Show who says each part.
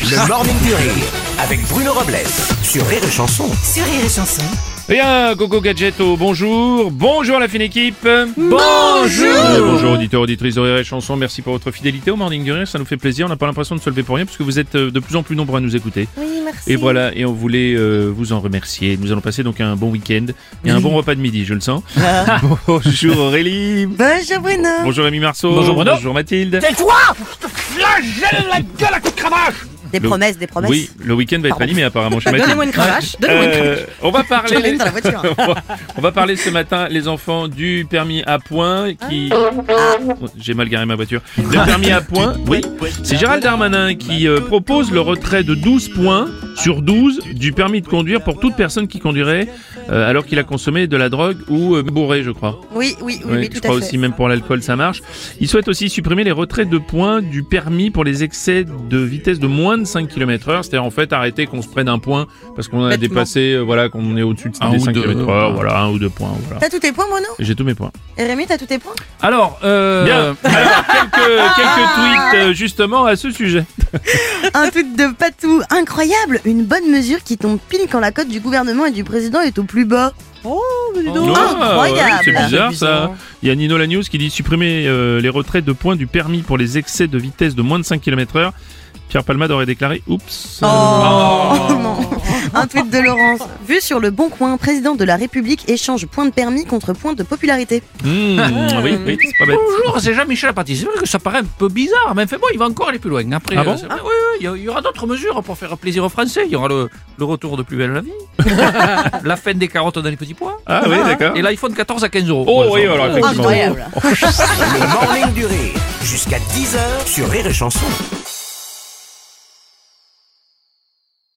Speaker 1: Le Morning du Rire avec Bruno Robles sur Rire et Chanson.
Speaker 2: sur Rire et Chanson.
Speaker 3: Bien, Coco Gadgetto, bonjour. Bonjour la fine équipe. Bonjour. Bonjour auditeurs, auditrices de Rire et Chanson. Merci pour votre fidélité au Morning du Rire. Ça nous fait plaisir. On n'a pas l'impression de se lever pour rien puisque vous êtes euh, de plus en plus nombreux à nous écouter.
Speaker 4: Oui, merci.
Speaker 3: Et voilà, et on voulait euh, vous en remercier. Nous allons passer donc un bon week-end et un bon repas de midi, je le sens.
Speaker 4: Ah.
Speaker 3: Bonjour Aurélie.
Speaker 4: Bonjour Bruno.
Speaker 3: Bonjour Rémi Marceau. Bonjour Bruno. Bonjour Mathilde.
Speaker 4: Des
Speaker 3: Le-
Speaker 4: promesses, des promesses.
Speaker 3: Oui, le week-end va être
Speaker 4: Pardon.
Speaker 3: animé apparemment chez Mathilde.
Speaker 4: Donnez-moi une cravache. Donnez-moi une cravache.
Speaker 3: Euh, on va parler.
Speaker 4: Je l'ai dans la voiture.
Speaker 3: on va parler ce matin, les enfants, du permis à point qui. J'ai mal garé ma voiture. Le permis à point, Ah. oui. C'est Gérald Darmanin qui euh, propose le retrait de 12 points sur 12 du permis de conduire pour toute personne qui conduirait euh, alors qu'il a consommé de la drogue ou euh, bourré, je crois.
Speaker 4: Oui, oui, oui,
Speaker 3: Oui,
Speaker 4: oui,
Speaker 3: je
Speaker 4: tout
Speaker 3: crois
Speaker 4: à fait.
Speaker 3: aussi même pour l'alcool ça marche. Il souhaite aussi supprimer les retraits de points du permis pour les excès de vitesse de moins de 5 km heure. C'est-à-dire en fait arrêter qu'on se prenne un point parce qu'on a
Speaker 4: Bêtement.
Speaker 3: dépassé, euh, voilà, qu'on est au-dessus de
Speaker 1: Un
Speaker 3: des
Speaker 1: ou
Speaker 3: 5
Speaker 1: deux.
Speaker 3: km heure, voilà, un ou deux points, voilà.
Speaker 4: T'as tous tes points, Bruno
Speaker 3: J'ai tous mes points.
Speaker 4: Et Rémi, t'as tous tes points
Speaker 5: Alors, euh,
Speaker 3: Bien. Alors, quelques,
Speaker 4: Ah.
Speaker 3: quelques tweets euh, justement à ce sujet.
Speaker 4: Un tweet de Patou. Incroyable. Une bonne mesure qui tombe pile quand la cote du gouvernement et du président est au plus bas. Oh, mais dis donc.
Speaker 3: Ah, ouais,
Speaker 4: Incroyable.
Speaker 3: c'est bizarre ça. Il y a Nino La News qui dit supprimer euh, les retraits de points du permis pour les excès de vitesse de moins de 5 km heure. Pierre Palmade aurait déclaré Oups.
Speaker 4: Oh, non. Un tweet de Laurence. Vu sur le bon coin, président de la République échange point de permis contre point de popularité.
Speaker 3: Mmh, oui, oui, c'est pas bête.
Speaker 5: bonjour, c'est Jean-Michel Apathy. C'est vrai que ça paraît un peu bizarre, mais enfin bon, il va encore aller plus loin. Après,
Speaker 3: Ah bon
Speaker 5: euh, c'est vrai, oui, oui, il y a- il y, aura d'autres mesures pour faire plaisir aux Français. Il y aura le, le retour de plus belle la vie, la fin des carottes dans les petits pois,
Speaker 3: Ah oui, d'accord.
Speaker 5: et l'iPhone 14 à 15 euros.
Speaker 3: Oh,
Speaker 5: Voilà,
Speaker 3: oui,
Speaker 5: ça.
Speaker 3: alors, effectivement.
Speaker 4: Incroyable.
Speaker 1: Le Morning du Rire jusqu'à 10h sur Rire et Chanson.